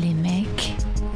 Les mecs,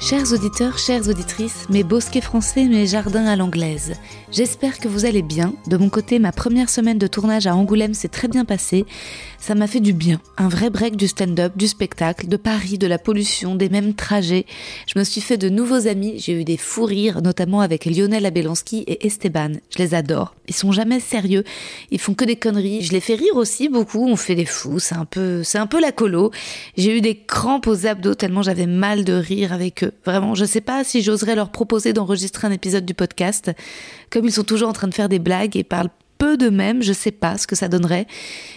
Chers auditeurs, chères auditrices, mes bosquets français, mes jardins à l'anglaise, j'espère que vous allez bien. De mon côté, ma première semaine de tournage à Angoulême s'est très bien passée. Ça m'a fait du bien. Un vrai break du stand-up, du spectacle, de Paris, de la pollution, des mêmes trajets. Je me suis fait de nouveaux amis, j'ai eu des fous rires, notamment avec Lionel Abelanski et Esteban. Je les adore. Ils sont jamais sérieux, ils font que des conneries. Je les fais rire aussi beaucoup, on fait les fous, c'est un peu, c'est un peu la colo. J'ai eu des crampes aux abdos tellement j'avais mal de rire avec eux. Vraiment, je sais pas si j'oserais leur proposer d'enregistrer un épisode du podcast. Comme ils sont toujours en train de faire des blagues et parlent peu d'eux-mêmes, je sais pas ce que ça donnerait.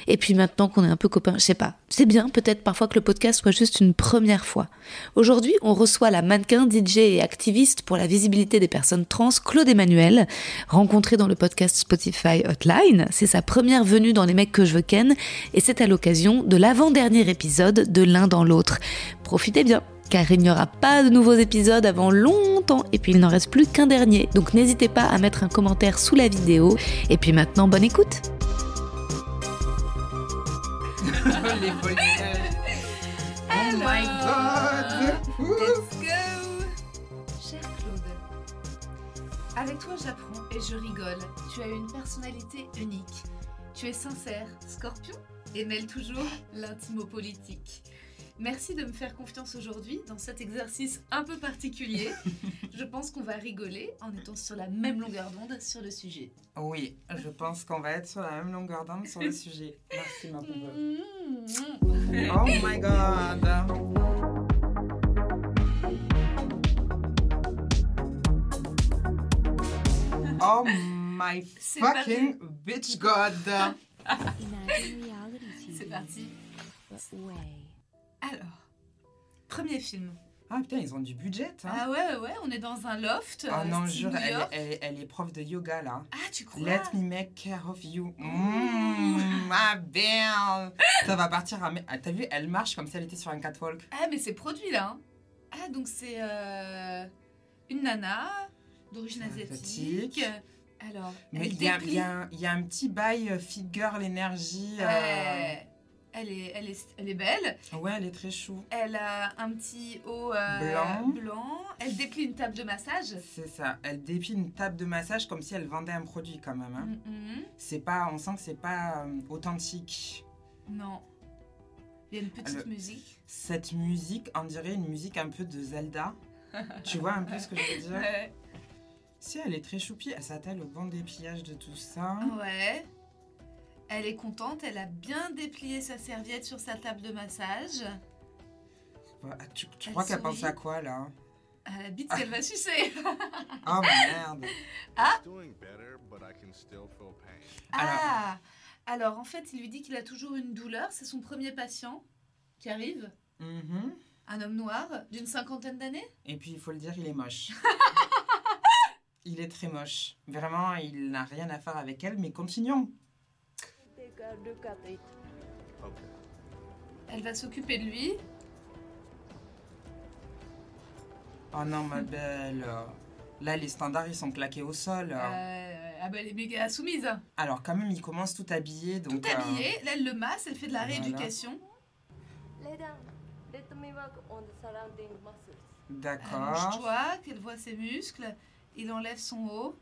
Et puis maintenant qu'on est un peu copains, je sais pas. C'est bien peut-être parfois que le podcast soit juste une première fois. Aujourd'hui, on reçoit la mannequin, DJ et activiste pour la visibilité des personnes trans, Claude Emmanuel, rencontrée dans le podcast Spotify Hotline. C'est sa première venue dans Les mecs que je veux ken et c'est à l'occasion de l'avant-dernier épisode de L'un dans l'autre. Profitez bien car il n'y aura pas de nouveaux épisodes avant longtemps et puis il n'en reste plus qu'un dernier. Donc n'hésitez pas à mettre un commentaire sous la vidéo et puis maintenant bonne écoute. Les folies. Oh Hello. my Ah, God. Let's go Cher Claude, avec toi j'apprends et je rigole. Tu as une personnalité unique. Tu es sincère, scorpion, et mêle toujours l'intime au politique. Merci de me faire confiance aujourd'hui dans cet exercice un peu particulier. Je pense qu'on va rigoler en étant sur la même longueur d'onde sur le sujet. Oui, je pense qu'on va être sur la même longueur d'onde sur le sujet. Merci, ma pauvre. mm, Oh my god. Oh my C'est Ah. fucking bitch god. C'est parti. Alors, premier film. Ah putain, ils ont du budget. Hein. Ah ouais, ouais, ouais, on est dans un loft. Ah euh, non, style jure, New elle, York. elle- elle est prof de yoga là. Ah, tu crois Let me make care of you. Mm, ma belle. Ça va partir à. Ah, T'as vu, elle marche comme si elle était sur un catwalk. Ah, mais c'est produit là. hein. Ah, donc c'est euh, une nana d'origine asiatique. Asiatique. Alors, Mais elle il y, a- déplie. y a un- y a un petit bail euh, fit girl, énergie. euh, Ouais. Elle, est, elle, est, elle est belle. Ouais, elle est très chou. Elle a un petit haut euh, Blanc. blanc. Elle déplie une table de massage. C'est ça. Elle dépile une table de massage comme si elle vendait un produit quand même. hein. Mhm. C'est pas, on sent que c'est pas euh, authentique. Non. Il y a une petite Le- musique. Cette musique, on dirait une musique un peu de Zelda. tu vois un peu ce que je veux dire Ouais. Si elle est très choupie, elle s'attelle au bon dépliage de tout ça. Hein Oh, Ouais. Elle est contente. Elle a bien déplié sa serviette sur sa table de massage. Bah, tu tu Elle crois qu'elle sourit. pense à quoi là hein? À la bite qu'elle va sucer. Oh merde doing better, but I can still feel pain. Ah Alors en fait, il lui dit qu'il a toujours une douleur. C'est son premier patient qui arrive, Mhm. un homme noir d'une cinquantaine d'années. Et puis il faut le dire, il est moche. il est très moche. Vraiment, il n'a rien à faire avec elle, mais continuons. Elle va s'occuper de lui. Oh non, ma Mm. belle. Là, les standards, ils sont claqués au sol. Euh, ah bah elle est méga soumise. Alors, quand même, il commence tout habillé. Donc, euh, Tout habillée, là, elle le masse, elle fait de la voilà. rééducation. Lay down. Let me work on the surrounding muscles. euh, D'accord. Allonge-toi, qu'elle voit ses muscles. Il enlève son haut.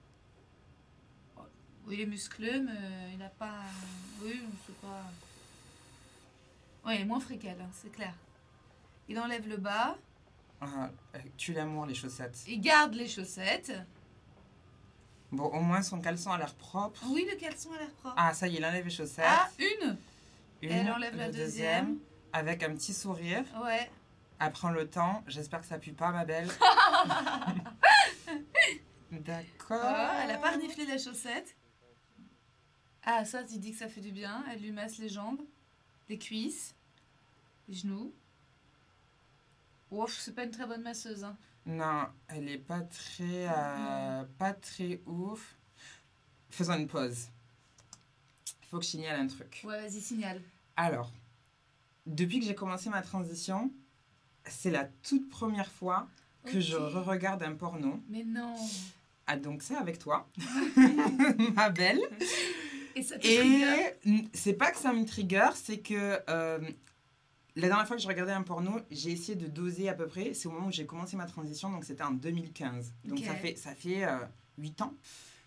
Oui, il est musclé, mais il n'a pas. Oui, je sais pas. Ouais, il est moins fréquel, hein, c'est clair. Il enlève le bas, Ah, euh, tue l'amour, les chaussettes. il garde les chaussettes. Bon, au moins son caleçon a l'air propre. Oui, le caleçon a l'air propre. Ah, ça y est, il enlève les chaussettes. Ah, une Une, elle enlève la le deuxième. Avec un petit sourire. Ouais. Elle prend le temps. J'espère que ça pue pas, ma belle. D'accord. Ah, elle a pas reniflé la chaussette. Ah, ça, tu dis que ça fait du bien. Elle lui masse les jambes, les cuisses, les genoux. Ouf, c'est pas une très bonne masseuse. Hein. Non, elle est pas très, euh, pas très ouf. Faisons une pause. Faut que je signale un truc. Ouais, vas-y, signale. Alors, depuis que j'ai commencé ma transition, c'est la toute première fois que je Ok. re-regarde un porno. Mais non. Ah, donc c'est avec toi, ma belle. Et ça te trigger Et n- c'est pas que ça me trigger, c'est que euh, la dernière fois que je regardais un porno, j'ai essayé de doser à peu près. C'est au moment où j'ai commencé ma transition, donc c'était en 2015. Donc Ok. ça fait, ça fait 8 ans.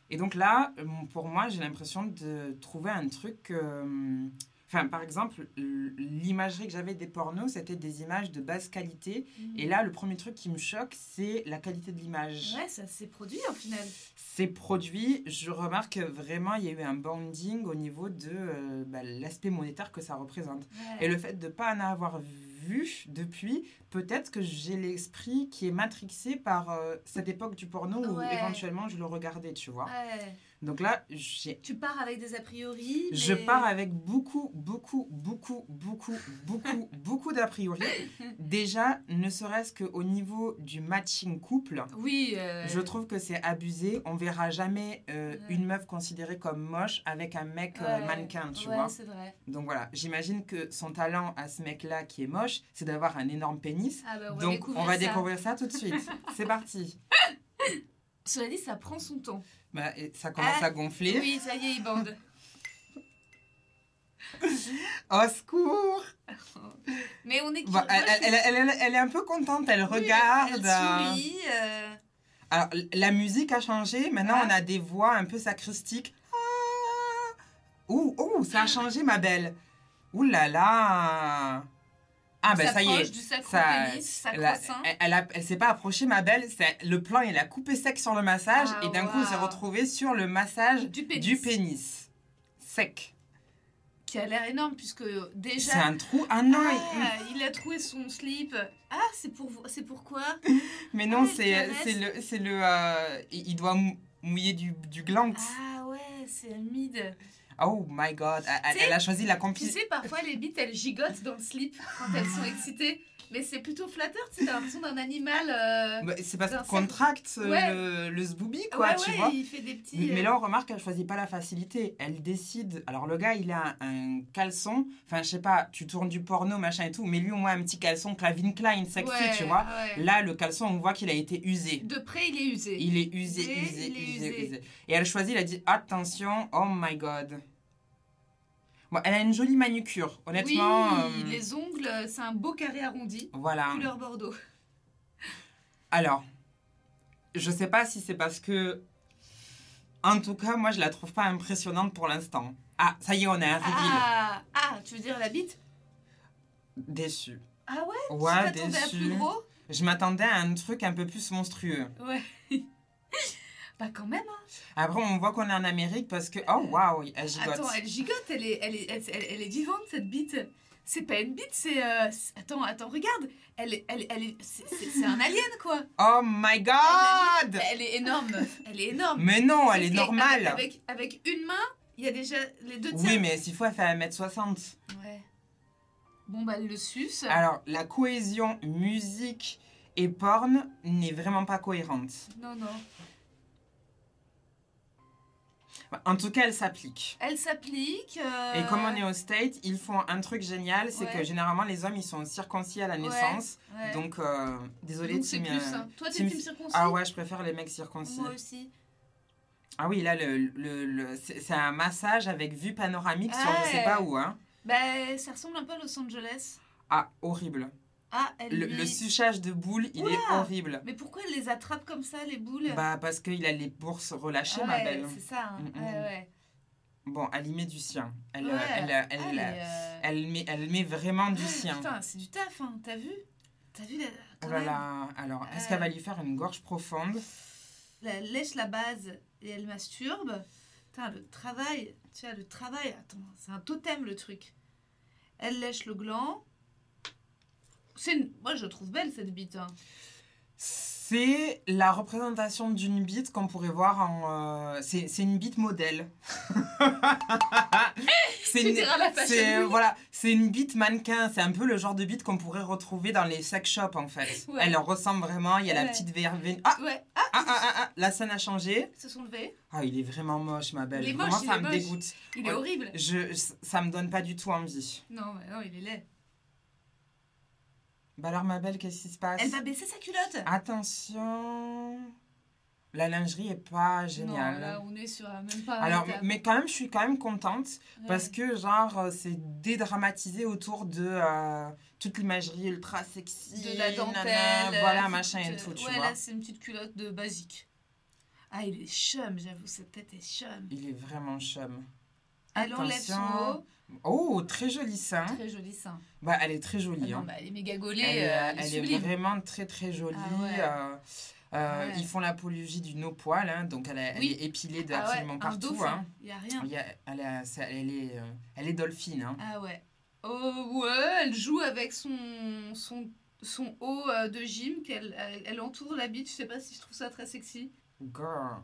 Et donc là, euh, pour moi, j'ai l'impression de trouver un truc. euh, Enfin, par exemple, l- l'imagerie que j'avais des pornos, c'était des images de basse qualité. Et là, le premier truc qui me choque, c'est la qualité de l'image. Ouais, ça s'est produit au final. Ces produits, je remarque que vraiment, il y a eu un bounding au niveau de euh, bah, l'aspect monétaire que ça représente. Ouais. Et le fait de ne pas en avoir vu depuis, peut-être que j'ai l'esprit qui est matrixé par euh, cette époque du porno où Ouais. éventuellement je le regardais, tu vois. Ouais. Donc là, j'ai- Tu pars avec des a priori. je mais- pars avec beaucoup, beaucoup, beaucoup, beaucoup, beaucoup, beaucoup d'a priori. Déjà, ne serait-ce qu'au niveau du matching couple. Oui. euh, Je trouve que c'est abusé. On verra jamais euh, Ouais. une meuf considérée comme moche avec un mec euh, ouais. mannequin, tu ouais, vois. c'est vrai. Donc voilà, j'imagine que son talent à ce mec-là qui est moche, c'est d'avoir un énorme pénis. Ah bah, on va Donc découvrir on va ça. découvrir ça tout de suite. c'est parti. Cela dit, ça prend son temps. Bah, et ça commence Ah, à gonfler. Oui, ça y est, il bande. Au secours Mais on est qui Bon, elle, elle- elle- elle- elle- elle est un peu contente, elle regarde. Elle sourit. euh, Alors, l- la musique a changé. Maintenant, Ah. on a des voix un peu sacristiques. Ah. Ouh, ouh, ça Ah. a changé, ma belle. Ouh là là. Ah, ben ça y s'approche est. Du Ça, sacro-pénis, elle a- sacro-saint. elle, elle a- elle s'est pas approchée, ma belle. C'est- Le plan, il a coupé sec sur le massage. Ah, et d'un coup, on s'est waouh. retrouvé sur le massage euh, Du pénis. du pénis. Sec. Qui a l'air énorme, puisque déjà. C'est un trou. Ah non. il- Ah, il a trouvé son slip. Ah, c'est pour vous- c'est pourquoi Mais non, Ah, elle c'est caresse. c'est le. c'est le euh, il il doit mou- mouiller du, du gland. Ah ouais, c'est un mid. Oh my god. Elle, Tu sais- elle a choisi la Tu compétition. sais, parfois les bites elles gigotent dans le slip quand elles sont excitées, mais c'est plutôt flatteur. Tu sais, t'as l'impression d'un animal. euh, Bah, c'est parce d'un qu'on contracte euh, Ouais. le, le zboubi, ah quoi, ouais, tu ouais, vois. il fait des petits. Mais euh, là, on remarque qu'elle choisit pas la facilité. Elle décide. Alors, le gars, il a un, un caleçon. Enfin, je sais pas, tu tournes du porno, machin et tout. Mais lui, au moins, un petit caleçon Clavin Klein, sexy, ouais, tu vois. ouais. Là, le caleçon, on voit qu'il a été usé. De près, il est usé. Il est usé, usé, Il est- il est usé, usé. usé, Et elle choisit, elle a dit attention, oh my god. Bon, elle a une jolie manucure, honnêtement. oui, euh, Ah. les ongles, c'est un beau carré arrondi, Voilà. couleur bordeaux. Alors, je sais pas si c'est parce que. En tout cas, moi, je la trouve pas impressionnante pour l'instant. Ah, ça y est, on est arrivé. Ah, ah, tu veux dire la bite Déçu. Ah ouais Ouais, Tu t'attendais à plus déçu. gros Je m'attendais à un truc un peu plus monstrueux. Ouais. bah quand même. hein. Après, on voit qu'on est en Amérique parce que. Oh, waouh, elle gigote. Attends, elle gigote, elle est, elle est, elle, elle- elle est vivante cette bite. C'est pas une bite, c'est... euh, c'est- attends, attends, regarde. Elle, est- elle, elle est- c'est- c'est c'est un alien quoi. Oh my god Elle est énorme, meuf. Elle est énorme. Mais non, elle est Et normale. Avec, avec, avec une main, il y a déjà les deux tiers. Oui, mais s'il faut, elle fait 1m60. Ouais. Bon bah elle le suce. Alors, la cohésion musique et porn n'est vraiment pas cohérente. Non, non. En tout cas, elle s'applique. Elle s'applique. euh, Et comme on est au State, ils font un truc génial, c'est Ouais. que généralement les hommes ils sont circoncis à la naissance. ouais. Donc, euh, désolé, Donc, c'est team, plus euh, hein. Toi, t'es team- team circoncis Ah ouais, je préfère les mecs circoncis. Moi aussi. Ah oui, là, le, le- le- c'est c'est un massage avec vue panoramique sur je sais Ouais. pas où. Hein. Bah, ça ressemble un peu à Los Angeles. Ah, horrible. Ah, elle Le, lui- le suchage de boules, il est Ouah horrible. Mais pourquoi elle les attrape comme ça, les boules Bah, parce qu'il a les bourses relâchées, ma ouais, belle. C'est ça, hein. Mm, mm. ouais, ouais. Bon, elle y met du sien. Elle, euh, Ouais. elle, euh, elle, Ah, euh, mais, euh, elle met, elle met vraiment du sien. Putain, c'est du taf, hein, t'as vu T'as vu la, Oh quand là même, Euh. là. Alors, est-ce qu'elle va lui faire une gorge profonde la- lèche la base et elle masturbe. Putain, le travail, tu vois, le travail, attends, c'est un totem le truc. Elle lèche le gland. C'est une- Moi, je trouve belle cette bite. hein. C'est la représentation d'une bite qu'on pourrait voir en. euh, c'est c'est une bite modèle. c'est Tu diras la fashion c'est- week. voilà, c'est une bite mannequin. C'est un peu le genre de bite qu'on pourrait retrouver dans les sex shops en fait. Ouais. Elle en ressemble vraiment. Il y a la Ouais. petite verve. Ah, Ouais, ah, ah, ah, ah, ah, la scène a changé. ils se sont levés. Ah, il est vraiment moche, ma belle. Il est Vraiment, moche, il ça est me moche. dégoûte. Il est Ouais. horrible. Je, ça me donne pas du tout envie. Non, mais non, il est laid. Bah alors, ma belle, qu'est-ce qui se passe Elle va baisser sa culotte. Ah, Attention. La lingerie est pas géniale. Non, là, on est sur la même pas. Alors, étape. mais quand même, je suis quand même contente Ah, Ouais. parce que, genre, euh, c'est dédramatisé autour de euh, toute l'imagerie ultra sexy. de la nanana, dentelle. voilà, euh, machin et petite, tout, euh, tu ouais, vois. là, c'est une petite culotte de basique. Ah, il est chum, j'avoue, cette tête est chum. Il est vraiment chum. Elle enlève son Attention. haut. Oh, très joli sein. Très joli sein. Bah, elle est très Ah jolie. non, hein. bah, elle est méga gaulée. elle, est- euh, elle est elle est sublime. vraiment très, très jolie. Ah ouais. euh, euh, Ouais. Ils font l'apologie du no-poil, hein, donc elle, a- elle Oui. est épilée de Ah ouais, absolument un partout. dauphin, hein. Il y a rien. Il y a- elle, a- ça- elle est, euh, elle est dolphine. hein. Ah ouais. Oh ouais, elle joue avec son son son haut euh, de gym qu'elle elle, elle entoure la bite. Je sais pas si je trouve ça très sexy. Girl.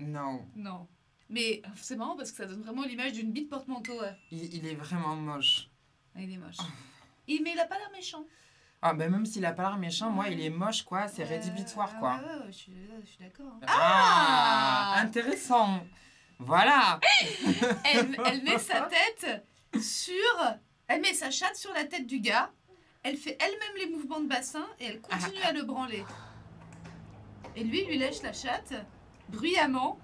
Non. Non. Mais euh, c'est marrant parce que ça donne vraiment l'image d'une bite porte-manteau. ouais. Il, il est vraiment moche. Ah, Il est moche. Il, mais il a pas l'air méchant. Ah, ben même s'il a pas l'air méchant, moi, il est moche, quoi. C'est Euh, rédhibitoire, ah quoi. ouais, ouais, je suis, je suis d'accord. hein. Ah, Ah Intéressant Voilà Elle, elle met sa tête sur. Elle met sa chatte sur la tête du gars. Elle fait elle-même les mouvements de bassin et elle continue Ah, à le branler. Et lui, il lui lèche la chatte, bruyamment.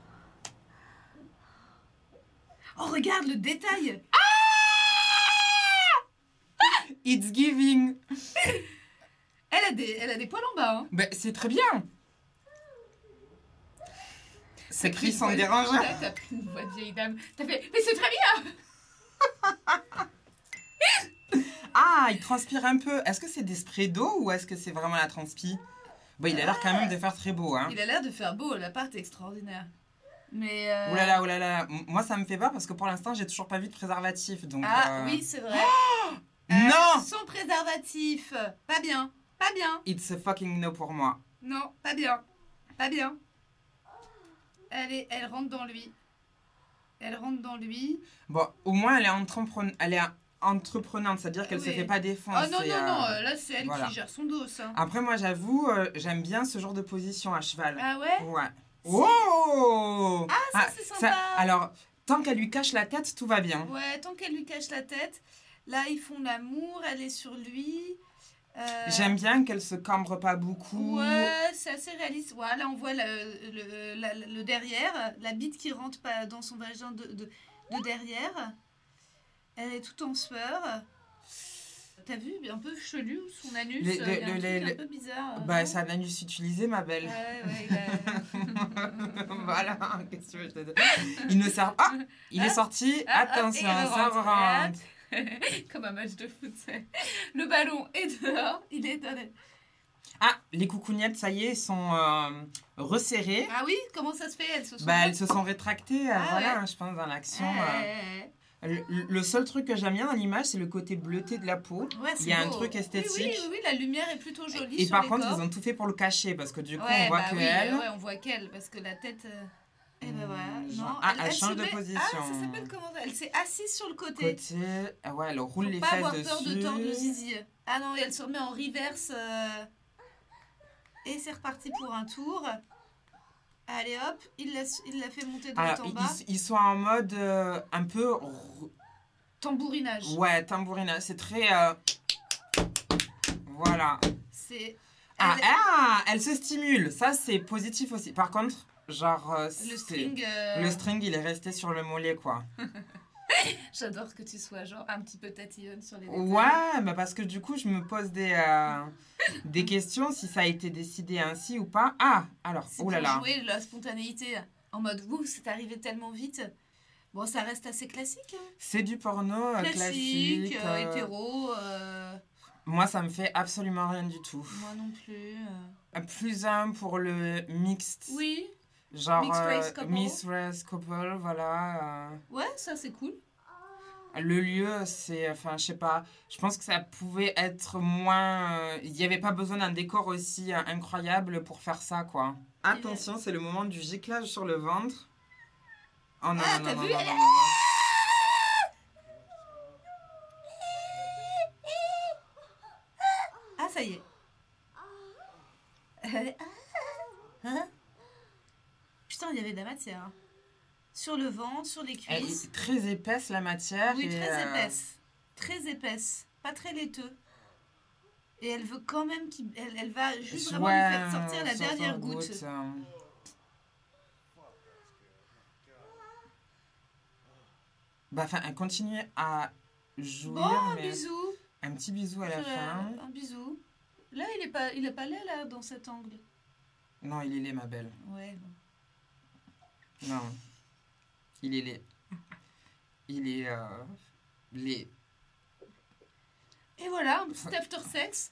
Oh, regarde le détail It's giving Elle a des, elle a des poils en bas. Hein. Ben, c'est très bien Ces T'as pris cris une sont voix- dérangeants. T'as- T'as pris une voix de vieille dame. T'as fait. Mais c'est très bien Ah, il transpire un peu. Est-ce que c'est des sprays d'eau ou est-ce que c'est vraiment la transpi Bon, il a l'air quand même de faire très beau, hein. Il a l'air de faire beau, l'appart est extraordinaire. Mais. euh, Ouh là là, ouh là là. M- Moi, ça me fait pas parce que pour l'instant, j'ai toujours pas vu de préservatif. Donc, Ah euh, oui, c'est vrai. Euh, Non Sans préservatif. Pas bien. Pas bien. It's a fucking no pour moi. Non, pas bien. Pas bien. Elle, est- elle rentre dans lui. Elle rentre dans lui. Bon, au moins, elle est, entrepren- elle est entreprenante, c'est-à-dire qu'elle Oui. se fait pas défendre. oh non, c'est, non, euh, non. euh, Là, c'est elle voilà. qui gère son dos, ça. Après, moi, j'avoue, euh, j'aime bien ce genre de position à cheval. Ah ouais Ouais. Oh Ah, ça, c'est sympa. Alors, tant qu'elle lui cache la tête, tout va bien. Ouais, tant qu'elle lui cache la tête. Là, ils font l'amour. Elle est sur lui. Euh, J'aime bien qu'elle se cambre pas beaucoup. Ouais, c'est assez réaliste. Ouais, là, on voit le, le- la- le derrière, la bite qui rentre pas dans son vagin de, de- de derrière. Elle est toute en sueur. T'as vu un peu chelu son anus euh, Le- il y le- a un le- truc le- un peu bizarre. euh, Bah, non ça n'a juste utilisé, ma Ouais, belle. ouais, il a- voilà, qu'est-ce que tu veux, je te dis. Il ne sert. Ah Il est sorti. Ah, ah, Attention, et il ça rentre. rentre. Comme un match de foot. c'est- Le ballon est dehors, il est dans les- Ah, les coucougnettes, ça y est, sont euh, resserrées. Ah oui, comment ça se fait Elles se sont. Bah, elles se sont rétractées, euh, Ah voilà, ouais. hein, je pense, dans l'action. euh. Ouais, Le, le seul truc que j'aime bien dans l'image, c'est le côté bleuté de la peau. ouais, Il c'est y a un beau. truc Oui, esthétique. Oui, oui, oui, la lumière est plutôt jolie. Et Ah sur par les contre, corps. ils ont tout fait pour le cacher parce que du coup, Ouais, on voit bah que oui, elle. ouais, on voit qu'elle, parce que la tête. euh, eh ben Hmm, voilà, genre- non, Ah, elle se change de met- Ah, ça position. s'appelle comment Elle s'est assise sur le côté. Côté. Ah ouais, elle roule Faut les pas fesses avoir dessus. peur de tordre le zizi. Ah non, et elle se remet en reverse. euh, Et c'est reparti pour un tour. Allez hop, il l'a, il l'a fait monter de Ah, haut en ils, bas. ils sont en mode euh, un peu. rou- Tambourinage. Ouais, tambourine. C'est très. euh, Voilà. C'est Ah, elle- ah, elle se stimule. Ça, c'est positif aussi. Par contre, genre. euh, le c'est- string. euh, Le string, il est resté sur le mollet, quoi. J'adore que tu sois genre un petit peu tatillonne sur les détails. Ouais, bah parce que du coup, je me pose des, euh, des questions si ça a été décidé ainsi ou pas. Ah, alors, C'est oh là pour là. jouer de la spontanéité hein. en mode ouf, c'est arrivé tellement vite. Bon, ça reste assez classique. hein. C'est du porno euh, classique. classique, euh, euh, hétéro. euh, Moi, ça me fait absolument rien du tout. moi non plus. euh. Plus un pour le mixte. Oui, Genre Mixed race euh, couple. Miss Race Couple, voilà. euh. ouais, ça c'est cool. Le lieu, c'est, enfin, je sais pas, je pense que ça pouvait être moins. euh, Il n'y avait pas besoin d'un décor aussi euh, incroyable pour faire ça, quoi. Attention, c'est le moment du giclage sur le ventre. Oh non, Ah, non, t'as non, vu, non, elle non, non, non. Ah, ça y est. Euh, ah. Hein Putain, il y avait de la matière. hein. Sur le ventre, sur les Elle cuisses. Ah est très épaisse la matière. Oui, et, très Eh, euh, épaisse. Très épaisse. Pas très laiteux. Et elle veut quand même qu'il. Elle, elle va juste vraiment lui ouais, faire sortir la sortir dernière goutte. euh. Bah, enfin, elle continue à jouer. Bon, Oh, un mais bisou. un petit bisou à la Sur la- fin. Un bisou. Là, il est pas, il est pas laid, là, dans cet angle. Non, il est laid, ma belle. Ouais. Non. Il est laid. Il est euh, laid. Et voilà, un petit after sex.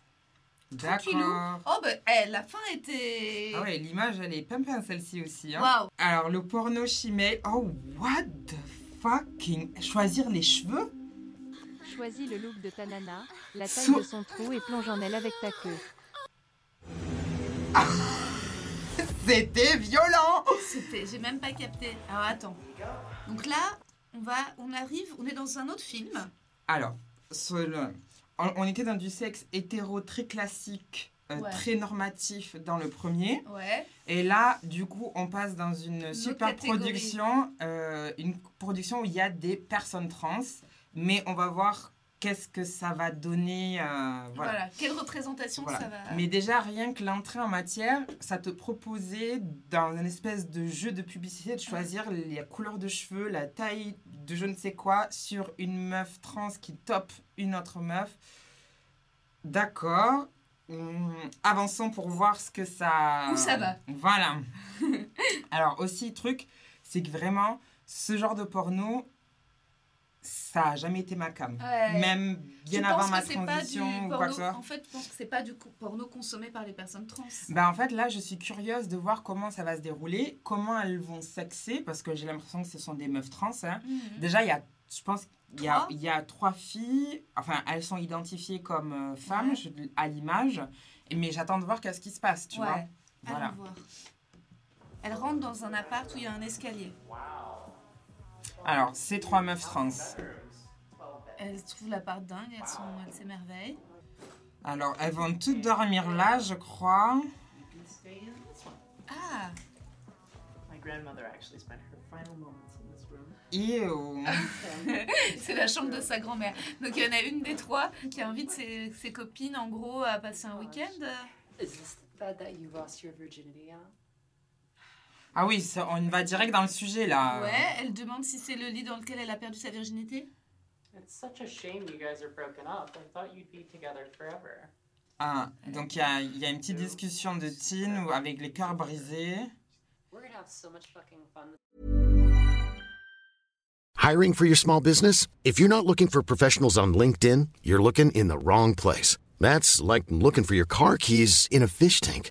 Tranquillou. D'accord. Oh, bah, eh, la fin était. Ah ouais, l'image, elle est pimpin, celle-ci aussi. Hein. Waouh. Alors, le porno chimel. Oh, what the fucking. Choisir les cheveux Choisis le look de ta nana, la taille taille So- de de son trou et plonge en elle avec ta queue. C'était violent C'était, j'ai même pas capté. Alors attends. Donc là, on va, on arrive, on est dans un autre film. Alors, sur le- on, on était dans du sexe hétéro très classique, euh, Ouais. très normatif dans le premier. Ouais. Et là, du coup, on passe dans une autre super catégorie. production, euh, une production où il y a des personnes trans, mais on va voir qu'est-ce que ça va donner. euh, Voilà. voilà. Quelle représentation Voilà. ça va. Mais déjà, rien que l'entrée en matière, ça te proposait, dans une espèce de jeu de publicité, de choisir la couleur de cheveux, la taille de je ne sais quoi sur une meuf trans qui top une autre meuf. D'accord. Hum, avançons pour voir ce que ça... Où ça va. Voilà. Alors aussi, truc, c'est que vraiment, ce genre de porno, ça a jamais été ma cam. Ouais. Même Tu bien penses avant que ma c'est pas transition du ou porno- quoi que ce soit. En fait, je pense que c'est pas du co- porno consommé par les personnes trans. Bah en fait là je suis curieuse de voir comment ça va se dérouler, comment elles vont sexer parce que j'ai l'impression que ce sont des meufs trans. hein. Mhm. Déjà il y a, je pense, il y a, Trois. il y a trois filles, enfin elles sont identifiées comme euh, femmes Ouais. je- à l'image, Et- mais j'attends de voir qu'est-ce qui se passe, tu Ouais. vois. Allons Voilà. voir. Elle rentre dans un appart où il y a un escalier. Alors ces trois meufs trans. Elle trouve l'appart dingue, elles sont, elle s'émerveille. Alors elles vont toutes dormir là je crois. can stay in this one. Ah, My grandmother actually spent her final moments in this room. Et euh, c'est la chambre de sa grand-mère. Donc il y en a une des trois qui invite ses, ses copines en gros à passer un week-end. Is this bad that you lost your virginity, huh? ah oui ça- on va direct dans le sujet là. Ouais, elle demande si c'est le lit dans lequel elle a perdu sa virginité. It's such a shame you guys are broken up. I thought you'd be together forever. Ah, donc il y a, il y a une petite discussion de teen où- avec les cœurs brisés. We're gonna have so much fucking fun Hiring for your small business? If you're not looking for professionals on LinkedIn, you're looking in the wrong place. That's like looking for your car keys in a fish tank.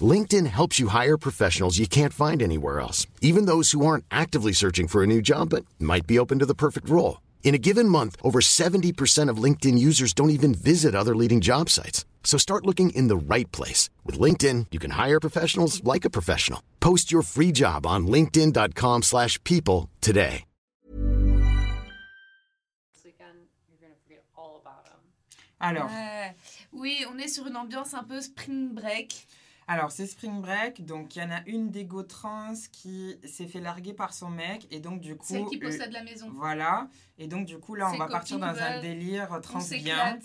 LinkedIn helps you hire professionals you can't find anywhere else, even those who aren't actively searching for a new job but might be open to the perfect role. In a given month, over 70% of LinkedIn users don't even visit other leading job sites. So start looking in the right place. With LinkedIn, you can hire professionals like a professional. Post your free job on linkedin.com/people slash people today. this weekend. You're gonna forget all about him. Alors, Ouais. Oui, on est sur une ambiance un peu spring break. Alors, c'est Spring Break, donc il y en a une d'égo trans qui s'est fait larguer par son mec, et donc du coup. Celle qui euh, possède la maison. Voilà, et donc du coup, là, on Ses va partir copines dans un veulent- délire On trans bien. s'éclate.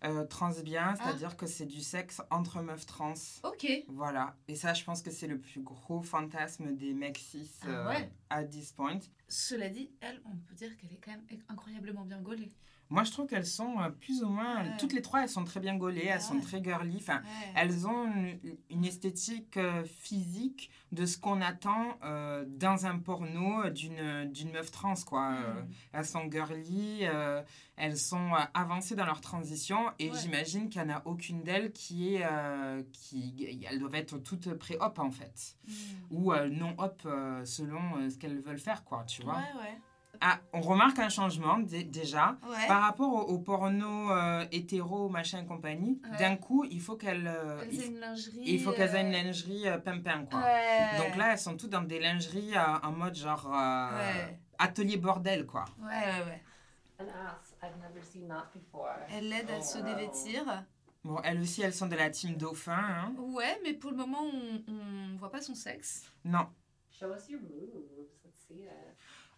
Ah. Euh, trans bien, c'est-à-dire que c'est du sexe entre meufs trans. Ok. Voilà, et ça, je pense que c'est le plus gros fantasme des mecs cis Ah euh, ouais. at this point. Cela dit, elle, on peut dire qu'elle est quand même incroyablement bien gaulée. Moi, je trouve qu'elles sont euh, plus ou moins. Ouais. Toutes les trois, elles sont très bien gaulées, elles sont ouais. très girly. Enfin, Ouais. elles ont une, une esthétique euh, physique de ce qu'on attend euh, dans un porno euh, d'une d'une meuf trans, quoi. Euh, Mm. elles sont girly, euh, elles sont euh, avancées dans leur transition, et Ouais. j'imagine qu'il n'y en a aucune d'elles qui est. euh, qui, elles doivent être toutes pré-hop, en fait. Mm. Ou euh, non-hop, euh, selon euh, ce qu'elles veulent faire, quoi, tu vois. Ouais, ouais. Ah, on remarque un changement, dé- déjà. Ouais. Par rapport au, au porno euh, hétéro, machin, compagnie, Ouais. d'un coup, il faut qu'elles euh, Elles il, aient une lingerie. il faut qu'elles aient une euh, lingerie euh, pimpin, quoi. Ouais. Donc là, elles sont toutes dans des lingeries euh, en mode genre euh, Ouais. atelier bordel, quoi. Ouais, ouais, ouais. An ass. I've never seen that before. Elle l'aide à Oh, se wow. dévêtir. Bon, elles aussi, elles sont de la team dauphin. hein. Ouais, mais pour le moment, on, on voit pas son sexe. Non. Show us your moves. Let's see it.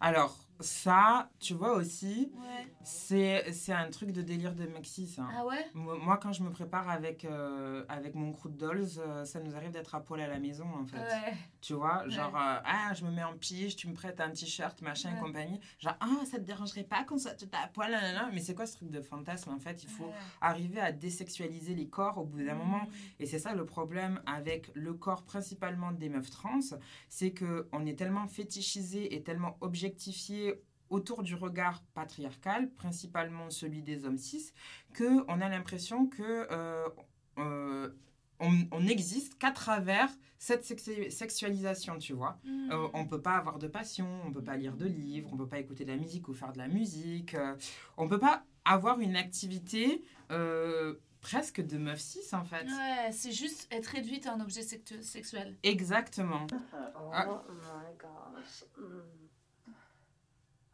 Alors, ça, tu vois aussi, Ouais. c'est c'est un truc de délire de Mexi, ça. Ah ouais Moi, moi, quand je me prépare avec, euh, avec mon crew de dolls, euh, ça nous arrive d'être à poil à la maison, en fait. Ouais. Tu vois, Ouais. genre, euh, ah, je me mets en pige, tu me prêtes un t-shirt, machin, Ouais. et compagnie. Genre, ah, ça te dérangerait pas qu'on soit tout à poil, nanana. Mais c'est quoi ce truc de fantasme, en fait Il faut Ouais. arriver à désexualiser les corps au bout Mmh. d'un moment. Et c'est ça le problème avec le corps principalement des meufs trans, c'est que on est tellement fétichisé et tellement objectifié autour du regard patriarcal, principalement celui des hommes cis, que on a l'impression que euh, euh, on on n'existe qu'à travers cette sexu- sexualisation, tu vois. Mm. Euh, on peut pas avoir de passion, on peut pas lire de livres, on peut pas écouter de la musique ou faire de la musique, euh, on peut pas avoir une activité euh, presque de meuf cis en fait. Ouais, c'est juste être réduite à un objet sectu- sexuel. Exactement. Oh Ah. my gosh. Mm.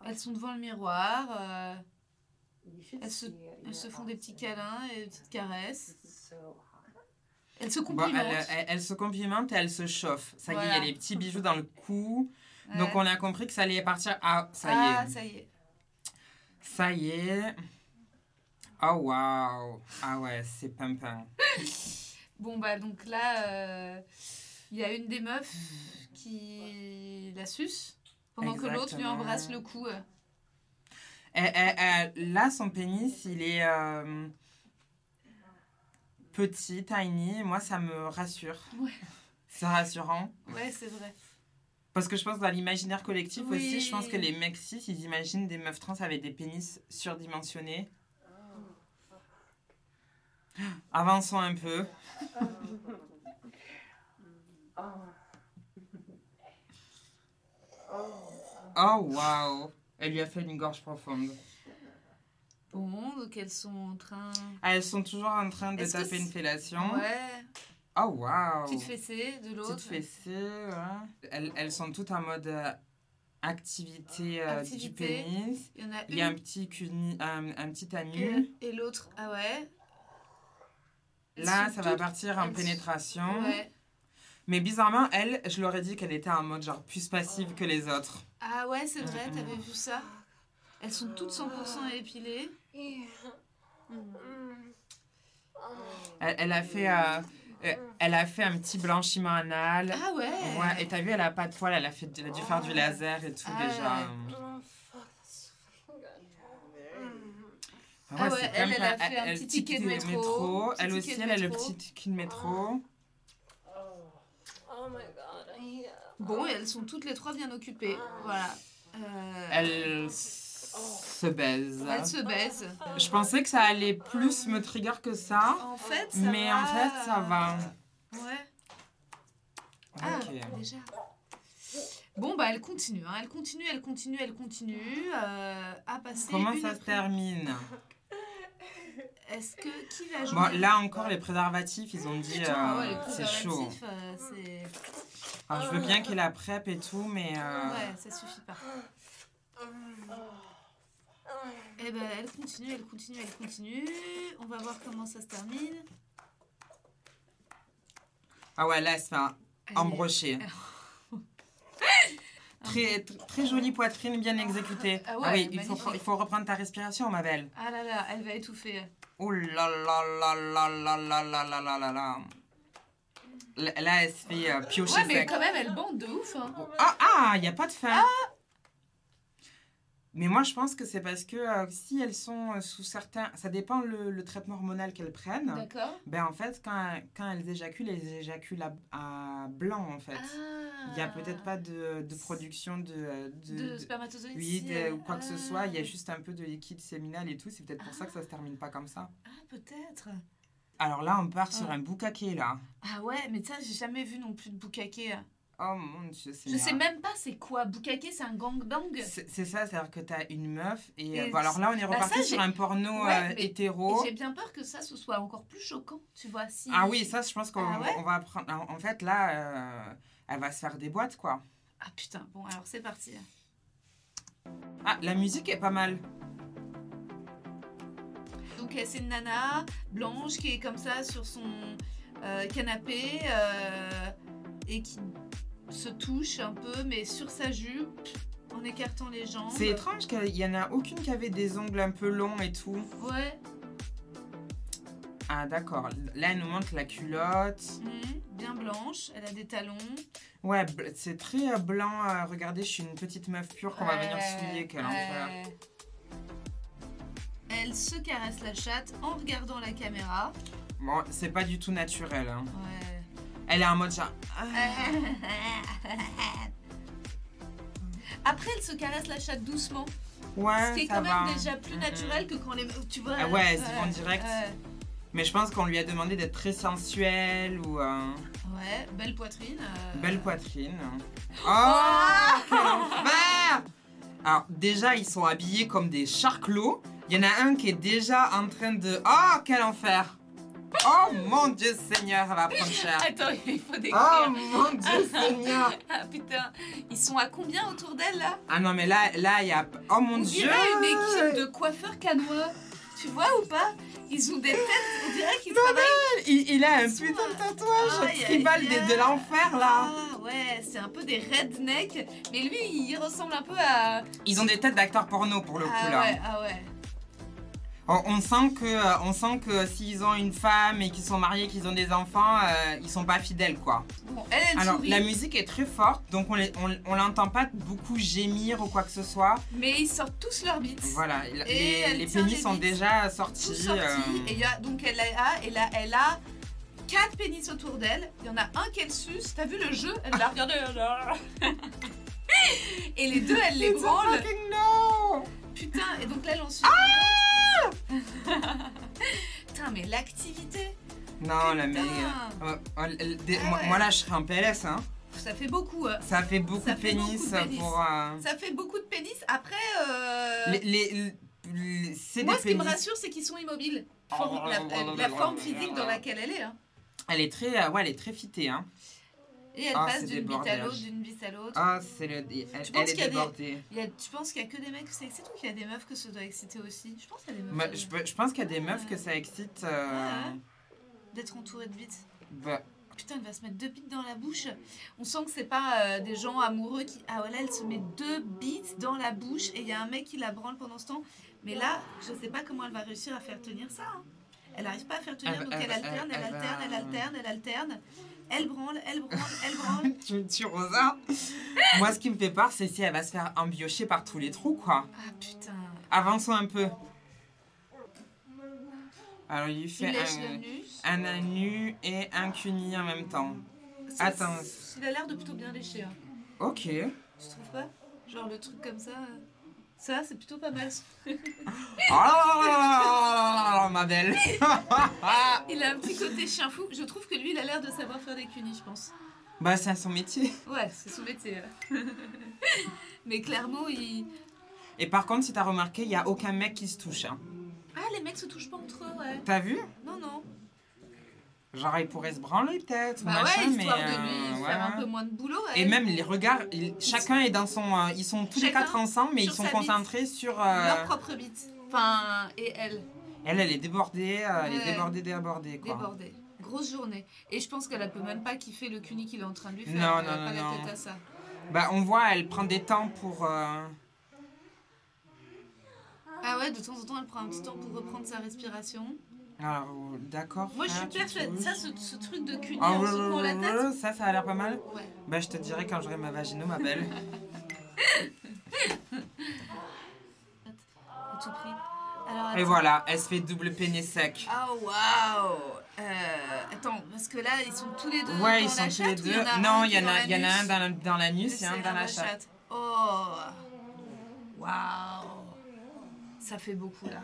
Elles sont devant le miroir, euh, You should Elles se- see it. You're elles se font des petits awesome. câlins et des petites caresses. This is so hot. Elles se Bon, complimentent. elle, elle- elle se complimente et elle se chauffe. Ça y est, il y Voilà. a les petits bijoux dans le cou. Donc Ouais. on a compris que ça allait partir. Ah, ça ah, y est. ça y est. Ça y est. Oh waouh. Ah ouais, c'est pimpin. Bon, bah donc là, euh, il y a une des meufs qui la suce pendant que l'autre lui Exactement. embrasse le cou. euh. Eh, eh, eh, là, son pénis, il est euh, petit, tiny. Moi, ça me rassure. Ouais. C'est rassurant. Ouais, c'est vrai. Parce que je pense que dans l'imaginaire collectif Oui. aussi, je pense que les mecs cis, ils imaginent des meufs trans avec des pénis surdimensionnés. Oh. Avançons un peu. Oh. Oh waouh Elle lui a fait une gorge profonde. Bon, donc elles sont en train. Ah, Elles sont toujours en train de Est-ce que taper une c'est- fellation. Ouais, Oh waouh petite fessée de l'autre. Petite fessée, ouais. Elles, elles sont toutes en mode euh, activité, euh, du Activité. pénis. Il y en a Il y a un une petit, cuni- un, un petit anus. et, et l'autre. Ah ouais. Elles Là, sont ça va toutes- partir en elles sont- pénétration. Ouais. Mais bizarrement, elle, je l'aurais dit qu'elle était en mode genre plus passive que les autres. Ah ouais, c'est vrai, Mm, mm. t'avais vu ça. Elles sont toutes 100% épilées. Elle, elle a fait, euh, euh, elle a fait un petit blanchiment anal. Ah ouais. Ouais, et t'as vu, elle a pas de poils, elle a, fait, elle a dû faire du laser et tout Ah déjà. ouais. Mm. Ah Ah ouais, c'est elle, comme elle a ça. fait un petit ticket de métro, petit Elle ticket aussi, de elle a le métro. petit ticket de métro. Oh my god, yeah. Bon, et elles sont toutes les trois bien occupées. Voilà. Euh, Elle se baise. elles se baisent. Je pensais que ça allait plus me trigger que ça, En fait, Oh, ça mais va. en fait, ça va. Euh, Ouais. Ah, Ok. déjà. Bon, bah, elle continue, hein. elle continue, elle continue, elle continue euh, à passer. Comment une ça se après- termine Est-ce que qui va jouer Bon, là encore, les préservatifs, ils ont dit Putain, euh, Ah ouais, les c'est chaud. préservatifs, euh, c'est- Alors, je veux bien qu'il y ait la prep et tout, mais. euh, Ouais, ça suffit pas. Eh ben, elle continue, elle continue, elle continue. On va voir comment ça se termine. Ah ouais, là, c'est un Elle est- embroché. Très, tr- très jolie poitrine, bien exécutée. Ah Ah, ouais, oui, il faut, magnifique. il faut reprendre ta respiration, ma belle. Ah là là, elle va étouffer. hein. Oh là là là là là là là là là là là là. Là, là, elle se fait euh, piocher Ouais, mais sec. quand même, elle bande de ouf. Hein. Ah, ah, il n'y a pas de fin. Mais moi, je pense que c'est parce que euh, si elles sont euh, sous certains... Ça dépend le, le traitement hormonal qu'elles prennent. D'accord. Ben, en fait, quand, quand elles éjaculent, elles éjaculent à, à blanc, en fait. Il n'y a peut-être pas de, de production de... euh, de- Euh, Ah. de de- spermatozoïdes. oui, si, de- euh, ou quoi que ce soit, il y a ah, juste un peu de liquide séminal et tout, c'est peut-être pour ça que ça se termine pas comme ça. Ah, peut-être. Alors là, on part sur Ah. un boucaquet, là. Ah ouais, mais ça, j'ai jamais vu non plus de boucaqué. Oh mon dieu, c'est Je sais bien. même pas c'est quoi. Boucaqué, c'est un gangbang C'est c'est ça, c'est-à-dire que t'as une meuf et, Et euh, bon, alors là on est bah, reparti ça, sur j'ai- un porno Ouais, euh, mais- hétéro. Et J'ai bien peur que ça, ce soit encore plus choquant, tu vois. Si Ah oui, ça je pense qu'on Ah ouais on va apprendre. En en fait là, euh, elle va se faire des boîtes quoi. Ah putain, bon, alors c'est parti. hein. Ah, la musique est pas mal. Donc euh, c'est une nana blanche qui est comme ça sur son euh, canapé euh, et qui se touche un peu, mais sur sa jupe, en écartant les jambes. C'est étrange qu'il y en a aucune qui avait des ongles un peu longs et tout. Ouais. Ah d'accord, là elle nous montre la culotte. mhm, bien blanche, elle a des talons. Ouais, bl- c'est très euh, blanc. euh, regardez, je suis une petite meuf pure qu'on va venir Ouais, souiller, quel enfer. ouais. euh, Elle se caresse la chatte en regardant la caméra. Bon, c'est pas du tout naturel. hein. Ouais. Elle est en mode genre. ah. Après, elle se caresse la chatte doucement. Ouais, ce qui est Hein, ça quand va. même déjà plus Mhm. naturel que quand les. Tu vois. euh, Ah ouais, elles y vont direct. ouais. Mais je pense qu'on lui a demandé d'être très sensuelle ou euh, Ouais, belle poitrine. euh. belle poitrine. Oh, quel enfer Alors déjà, ils sont habillés comme des charclos. Il y en a un qui est déjà en train de... Oh, quel enfer Oh mon Dieu Seigneur, ça va prendre cher. Attends, il faut Oh décrire. mon Dieu Seigneur Ah putain, ils sont à combien autour d'elle là Ah non mais là, là, il y a... Oh mon On Dieu dirait une équipe de coiffeurs canois. Tu vois ou pas Ils ont des têtes, on dirait qu'ils travaillent. il, il a un Ils sont, putain euh, de tatouage aïe, aïe, tribal aïe. de, de l'enfer là. Ah ouais, c'est un peu des rednecks, mais lui il ressemble un peu à. Ils ont des têtes d'acteurs porno pour le coup ah là. ouais, ah ouais. On, on sent que, euh, on sent que s'ils ont une femme et qu'ils sont mariés, qu'ils ont des enfants, euh, ils sont pas fidèles quoi. Bon, elle, elle Alors sourit, la musique est très forte, donc on les- on- on l'entend pas beaucoup gémir ou quoi que ce soit. mais ils sortent tous leurs beats. Voilà, la- Et les, elle les tient pénis les sont bites. déjà sortis. Tous sortis. euh, Et il y a, donc elle a, elle a, elle a quatre pénis autour d'elle. Il y en a un qu'elle suce. T'as vu le jeu Elle l'a regardé. elle a- et les deux, elle les It's a branle. fucking no Putain, et donc là, elle en suce. Putain, mais l'activité, Non, Oh, la Putain. merde. Euh, euh, l- des- Ah moi, ouais. moi, là, je serais en PLS. Hein. ça fait beaucoup. hein. Ça fait beaucoup Ça de fait beaucoup pénis, de pénis. pour. euh, Ça fait beaucoup de pénis. Après, euh, les- les- les- c'est moi, des ce qui pénis. Oh, me rassure, c'est qu'ils sont immobiles. Forme- la, euh, la forme physique dans laquelle elle est. hein. Elle est très, euh, ouais, elle est très fitée. Hein. Et elle Ah, passe c'est d'une des bite à bordages. l'autre, d'une bite à l'autre. Ah, c'est le. Elle, penses elle qu'il y a est des- débordée. Il y a- tu penses qu'il y a que des mecs que ça excite ou qu'il y a des meufs que ça doit exciter aussi Je pense qu'il y a des meufs Bah, euh, je, pe- je pense qu'il y a des meufs que ça excite. euh, Ouais. d'être entourée de bites. bah, Putain, elle va se mettre deux bites dans la bouche. On sent que c'est pas euh, des gens amoureux qui. Ah voilà, elle se met deux bites dans la bouche et il y a un mec qui la branle pendant ce temps. Mais là, je sais pas comment elle va réussir à faire tenir ça. hein. Elle arrive pas à faire tenir, Elle va- donc elle elle va- elle- alterne, elle elle va- alterne, elle alterne, elle alterne. Elle branle, elle branle, elle branle. tu me tues, Rosa. Moi, ce qui me fait peur, c'est si elle va se faire embiocher par tous les trous, quoi. Ah putain. Avançons un peu. Alors, il lui Il fait lèche le un, nus. un anu et un cuni en même temps. Ça, attends. c'est- Il a l'air de plutôt bien lécher. hein. Ok. Tu trouves pas Genre le truc comme ça. euh, Ça, c'est plutôt pas mal. Oh là là là là là là là, ma belle. Il a un petit côté chien fou. Je trouve que lui, il a l'air de savoir faire des cunis, je pense. bah, c'est son métier. Ouais, c'est son métier. euh. Mais clairement, il. Et par contre, si t'as remarqué, il n'y a aucun mec qui se touche. hein. Ah, les mecs se touchent pas entre eux, ouais. T'as vu Non, non. Genre, il pourrait se branler peut-être. ou Bah machin, ouais, histoire mais, de euh, lui ouais, faire ouais. un peu moins de boulot. Et elle. même les regards, ils- chacun est dans son. euh, ils sont tous les Chacun quatre ensemble, mais ils sur sont sa bite. concentrés sur. euh, Leur propre bite. Enfin, et elle, elle, elle est débordée, euh, elle Ouais. est débordée, débordée, quoi. débordée. Grosse journée. Et je pense qu'elle elle peut même pas kiffer le cuni qu'il est en train de lui faire. Non, elle a non, pas non, la non. tête à ça. Bah, on voit, elle prend des temps pour. euh, Ah ouais, de temps en temps, elle prend un petit temps pour reprendre sa respiration. Alors, oh, d'accord. Moi, je frère, Ah, suis tu persuadée. trouves Ça, ce, ce truc de cul Ah, en ouais, secouant la ouais, ouais, tête. ouais, ça, ça a l'air pas mal. Ouais. Bah, je te dirai quand j'aurai ma vagino, ma belle. À tout prix. Alors, Et attends. voilà, elle se fait double peiné sec. Ah, waouh Euh, Attends, parce que là, ils sont tous les deux Ouais, dans ils sont la tous les chatte ou deux. un Non, qui il est y en a, il y en a un l'anus dans la- dans l'anus C'est et un dans la chatte. Oh Waouh Ça fait beaucoup, là.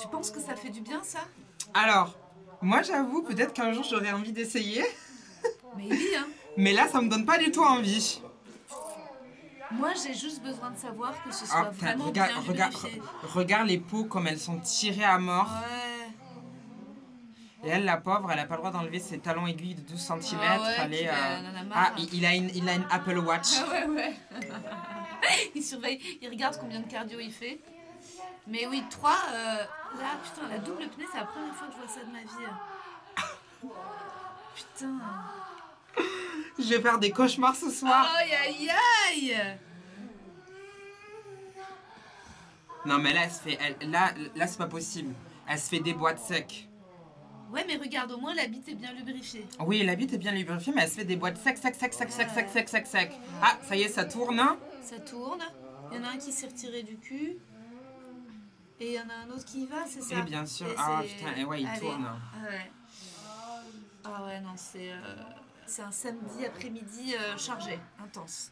Tu penses que ça fait du bien, ça Alors, moi, j'avoue, peut-être qu'un jour, j'aurais envie d'essayer. Mais oui, hein Mais là, ça me donne pas du tout envie. Moi, j'ai juste besoin de savoir que ce soit Ah, putain, vraiment regarde, bien regarde, lubrifié. re- regarde les peaux comme elles sont tirées à mort. Ouais. Et elle, la pauvre, elle a pas le droit d'enlever ses talons aiguilles de 12 cm. Ah ouais, elle est, qu'il a- elle en a marre. Ah, il, il a une, il a une Apple Watch. Ah ouais, ouais. il surveille, il regarde combien de cardio il fait. Mais oui, 3, là, putain, la double pneu, c'est la première fois que je vois ça de ma vie. Putain. Je vais faire des cauchemars ce soir. Aïe, aïe, aïe. Non, mais là, elle se fait, elle- là, là c'est pas possible. Elle se fait des boîtes secs. Ouais, mais regarde, au moins la bite est bien lubrifiée. Oui, la bite est bien lubrifiée, mais elle se fait des boîtes secs, secs, secs, secs, secs, secs, secs, secs, secs. Ah, ça y est, ça tourne. hein Ça tourne. Il y en a un qui s'est retiré du cul. Et il y en a un autre qui y va, c'est ça Et bien sûr. Et Ah, c'est- putain, et ouais, il Allez. tourne. Ah ouais. Ah ouais, non, c'est euh, c'est un samedi après-midi euh, chargé, intense.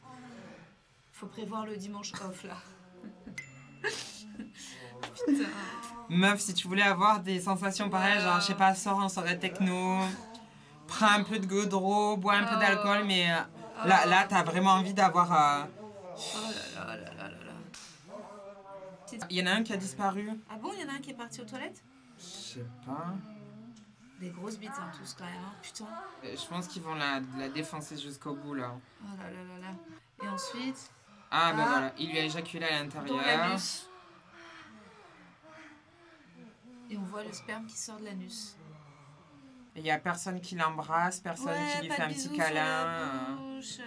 Faut prévoir le dimanche off là. Putain. Meuf, si tu voulais avoir des sensations pareilles, genre, je sais pas, sors en soirée techno, prends un peu de godreau, bois un peu d'alcool, mais euh, là, là t'as vraiment envie d'avoir. euh, Oh là là là là là là. Il y en a un qui a disparu. Ah bon, il y en a un qui est parti aux toilettes Je sais pas. Des grosses bites, hein, tous quand même, hein. putain. Euh, Je pense qu'ils vont la, la défoncer jusqu'au bout là. Oh là là là là. Et ensuite, Ah, bah Ah. voilà, il lui a éjaculé à dans l'intérieur. l'anus. Et on voit le sperme qui sort de l'anus. Il y a personne qui l'embrasse, personne qui lui fait un bisous petit sur la câlin. euh, bouche.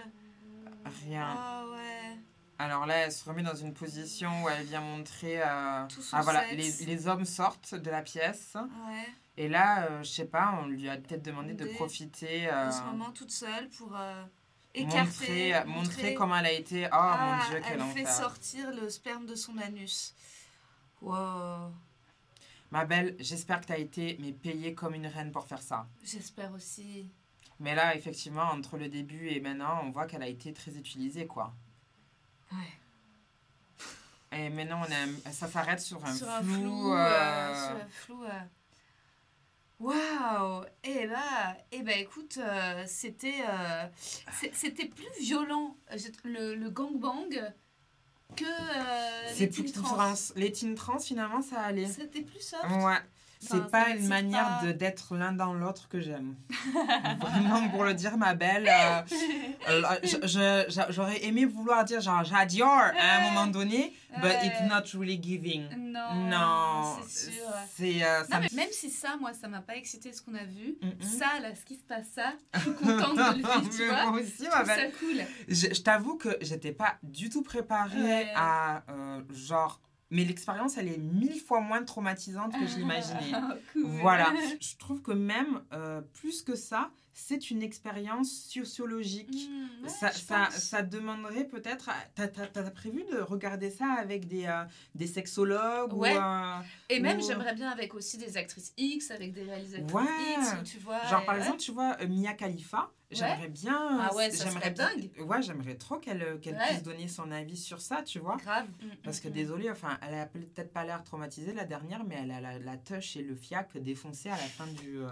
Rien. Ah ouais. Alors là, elle se remet dans une position où elle vient montrer. euh, Tout son Ah voilà, les, sexe. les hommes sortent de la pièce. Ouais. Et là, euh, je sais pas, on lui a peut-être demandé de Des- profiter. euh, En ce moment, toute seule pour euh, écarter. montrer, montrer comment elle a été. Oh Ah, mon dieu, quel elle fait enfer. sortir le sperme de son anus. Wow. Ma belle, j'espère que t'as été mais payée comme une reine pour faire ça. J'espère aussi. Mais là, effectivement, entre le début et maintenant, on voit qu'elle a été très utilisée, quoi. Ouais. Et maintenant, on a un- ça s'arrête sur un sur flou. un flou. euh, euh, sur un flou. euh. Waouh Eh bah, eh bah, écoute, euh, c'était, euh, c'est- c'était plus violent euh, j'ai- le, le gangbang que euh, C'est les plus teen teen trans. trans. Les teen trans, finalement, ça allait. C'était plus soft. Ouais. Enfin, C'est pas ça une m'excite manière pas. de d'être l'un dans l'autre que j'aime. Vraiment, pour le dire, ma belle, euh, euh, je- je- j'a- j'aurais aimé vouloir dire genre j'adore à un moment donné, but Ouais. it's not really giving. Non, Non, c'est sûr. c'est, euh, ça Non, me- mais même si ça, moi, ça m'a pas excité ce qu'on a vu, Mhm. ça, là, ce qui se passe, ça, je suis contente de le vivre, tu Mais vois. moi aussi, Je ma trouve belle. ça cool. Je, je t'avoue que j'étais pas du tout préparée Ouais. à euh, genre. Mais l'expérience, elle est mille fois moins traumatisante que je l'imaginais. Ah, cool. Voilà, je trouve que même euh, plus que ça, c'est une expérience sociologique. Mm, ouais, ça, je ça, pense. ça demanderait peut-être. à- T'as t'as- t'as prévu de regarder ça avec des, euh, des sexologues Ouais. ou euh, Et même, Ou- j'aimerais bien avec aussi des actrices X, avec des réalisatrices Ouais. X, tu vois. Genre, par ouais. exemple, tu vois, euh, Mia Khalifa, j'aimerais bien. Ah ouais, ça j'aimerais serait bien- Ouais, j'aimerais trop qu'elle euh, qu'elle Ouais. puisse donner son avis sur ça, tu vois. Grave. Hmm, Parce que désolée, enfin, elle a peut-être pas l'air traumatisée la dernière, mais elle a la, la touche et le fiac défoncé à la fin du, euh,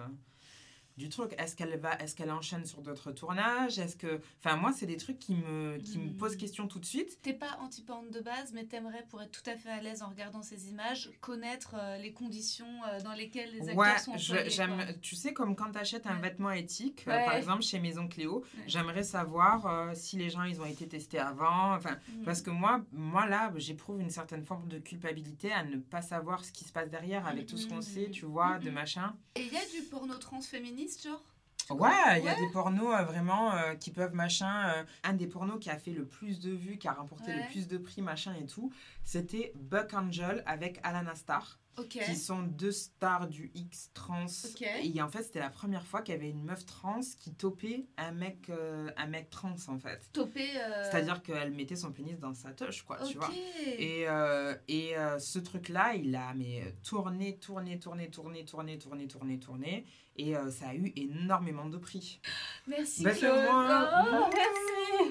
du truc. Est-ce qu'elle va, est-ce qu'elle enchaîne sur d'autres tournages Est-ce que, enfin, moi, c'est des trucs qui me, qui me Mm. posent question tout de suite. T'es pas anti-porn de base, mais t'aimerais, pour être tout à fait à l'aise en regardant ces images, connaître euh, les conditions euh, dans lesquelles les acteurs Ouais, sont je- employés, j'aime. quoi. Tu sais, comme quand t'achètes un Ouais. vêtement éthique, euh, Ouais. par exemple chez Maison Cléo, Ouais. j'aimerais savoir euh, si les gens ils ont été testés avant. Enfin, Mm. parce que moi, moi là, j'éprouve une certaine forme de culpabilité à ne pas savoir ce qui se passe derrière avec tout ce qu'on sait, tu vois, de Mm. machin. Et il y a du porno transféministe, genre Ouais, il y a des pornos euh, vraiment euh, qui peuvent machin. euh, un des pornos qui a fait le plus de vues, qui a remporté Ouais. le plus de prix, machin et tout, c'était Buck Angel avec Alana Starr. Ok. qui sont deux stars du X trans. Ok. Et en fait, c'était la première fois qu'il y avait une meuf trans qui topait un mec, euh, un mec trans, en fait. Topé. euh, C'est-à-dire qu'elle mettait son pénis dans sa touche, quoi, tu Ok. vois. Et, euh, et euh, ce truc-là, il a mais, euh, tourné, tourné, tourné, tourné, tourné, tourné, tourné, tourné. Et euh, ça a eu énormément de prix. Merci Bah, c'est Claude. moi. Oh,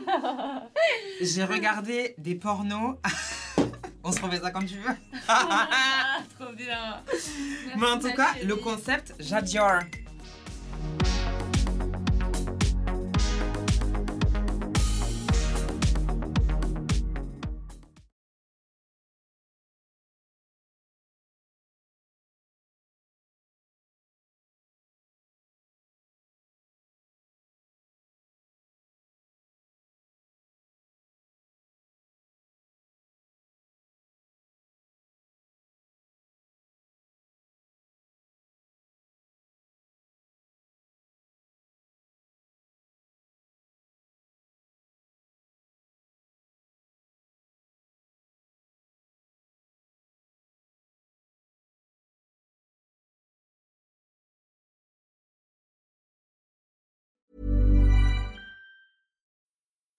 Merci. J'ai regardé des pornos. On se remet ça quand tu veux. Ah, trop bien. Merci, Mais en tout ma cas, chérie. le concept, j'adore.